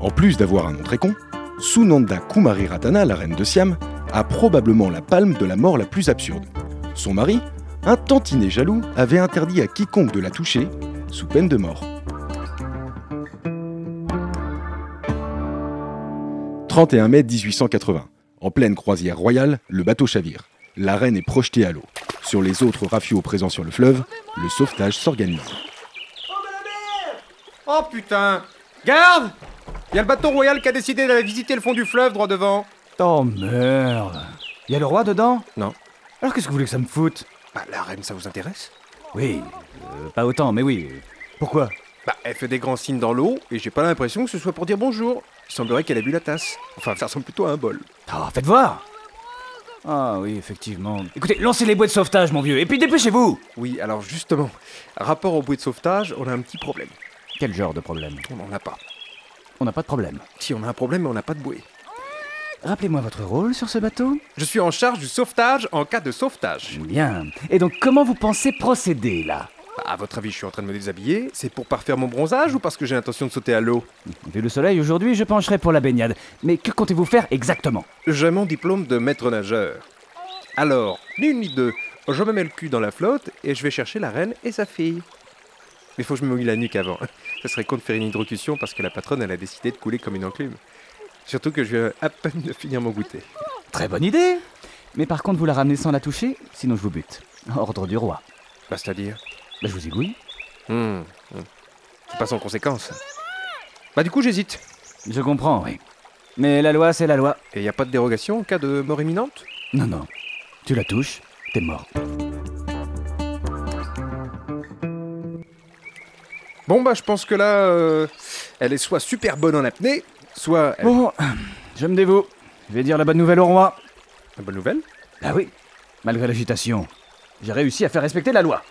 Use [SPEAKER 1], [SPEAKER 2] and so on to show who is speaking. [SPEAKER 1] En plus d'avoir un nom très con, Sunanda Kumari Ratana, la reine de Siam, a probablement la palme de la mort la plus absurde. Son mari, un tantinet jaloux, avait interdit à quiconque de la toucher, sous peine de mort. 31 mai 1880. En pleine croisière royale, le bateau chavire. La reine est projetée à l'eau. Sur les autres rafiaux présents sur le fleuve, le sauvetage s'organise.
[SPEAKER 2] Oh putain Garde Il y a le bateau royal qui a décidé d'aller visiter le fond du fleuve droit devant.
[SPEAKER 3] Oh merde Y a le roi dedans
[SPEAKER 2] Non.
[SPEAKER 3] Alors qu'est-ce que vous voulez que ça me foute
[SPEAKER 2] Bah la reine, ça vous intéresse
[SPEAKER 3] Oui, euh, pas autant, mais oui. Pourquoi
[SPEAKER 2] Bah elle fait des grands signes dans l'eau et j'ai pas l'impression que ce soit pour dire bonjour. Il semblerait qu'elle a bu la tasse. Enfin, ça ressemble plutôt à un bol.
[SPEAKER 3] Oh, faites voir Ah oui, effectivement. Écoutez, lancez les bois de sauvetage, mon vieux, et puis dépêchez-vous
[SPEAKER 2] Oui, alors justement, rapport au bruit de sauvetage, on a un petit problème.
[SPEAKER 3] Quel genre de problème
[SPEAKER 2] On n'en a pas.
[SPEAKER 3] On n'a pas de problème.
[SPEAKER 2] Si, on a un problème, mais on n'a pas de bouée.
[SPEAKER 3] Rappelez-moi votre rôle sur ce bateau
[SPEAKER 2] Je suis en charge du sauvetage en cas de sauvetage.
[SPEAKER 3] Bien. Et donc, comment vous pensez procéder, là
[SPEAKER 2] Bah, à votre avis, je suis en train de me déshabiller C'est pour parfaire mon bronzage ou parce que j'ai l'intention de sauter à l'eau
[SPEAKER 3] Vu le soleil aujourd'hui, je pencherai pour la baignade. Mais que comptez-vous faire exactement
[SPEAKER 2] J'ai mon diplôme de maître nageur. Alors, ni une ni deux, je me mets le cul dans la flotte et je vais chercher la reine et sa fille. Mais faut que je me mouille la nuque avant. Ça serait con de faire une hydrocution parce que la patronne, elle a décidé de couler comme une enclume. Surtout que je viens à peine de finir mon goûter.
[SPEAKER 3] Très bonne idée Mais par contre, vous la ramenez sans la toucher, sinon je vous bute. Ordre du roi.
[SPEAKER 2] Bah, c'est-à-dire
[SPEAKER 3] Bah, je vous égouille.
[SPEAKER 2] Hmm, hmm. C'est pas sans conséquence. Bah, du coup, j'hésite.
[SPEAKER 3] Je comprends, oui. Mais la loi, c'est la loi.
[SPEAKER 2] Et y a pas de dérogation en cas de mort imminente
[SPEAKER 3] Non, non. Tu la touches, t'es mort.
[SPEAKER 2] Bon, bah, je pense que là, euh, elle est soit super bonne en apnée, soit. elle-
[SPEAKER 3] Bon, je me dévoue. Je vais dire la bonne nouvelle au roi.
[SPEAKER 2] La bonne nouvelle
[SPEAKER 3] Ah oui, malgré l'agitation, j'ai réussi à faire respecter la loi.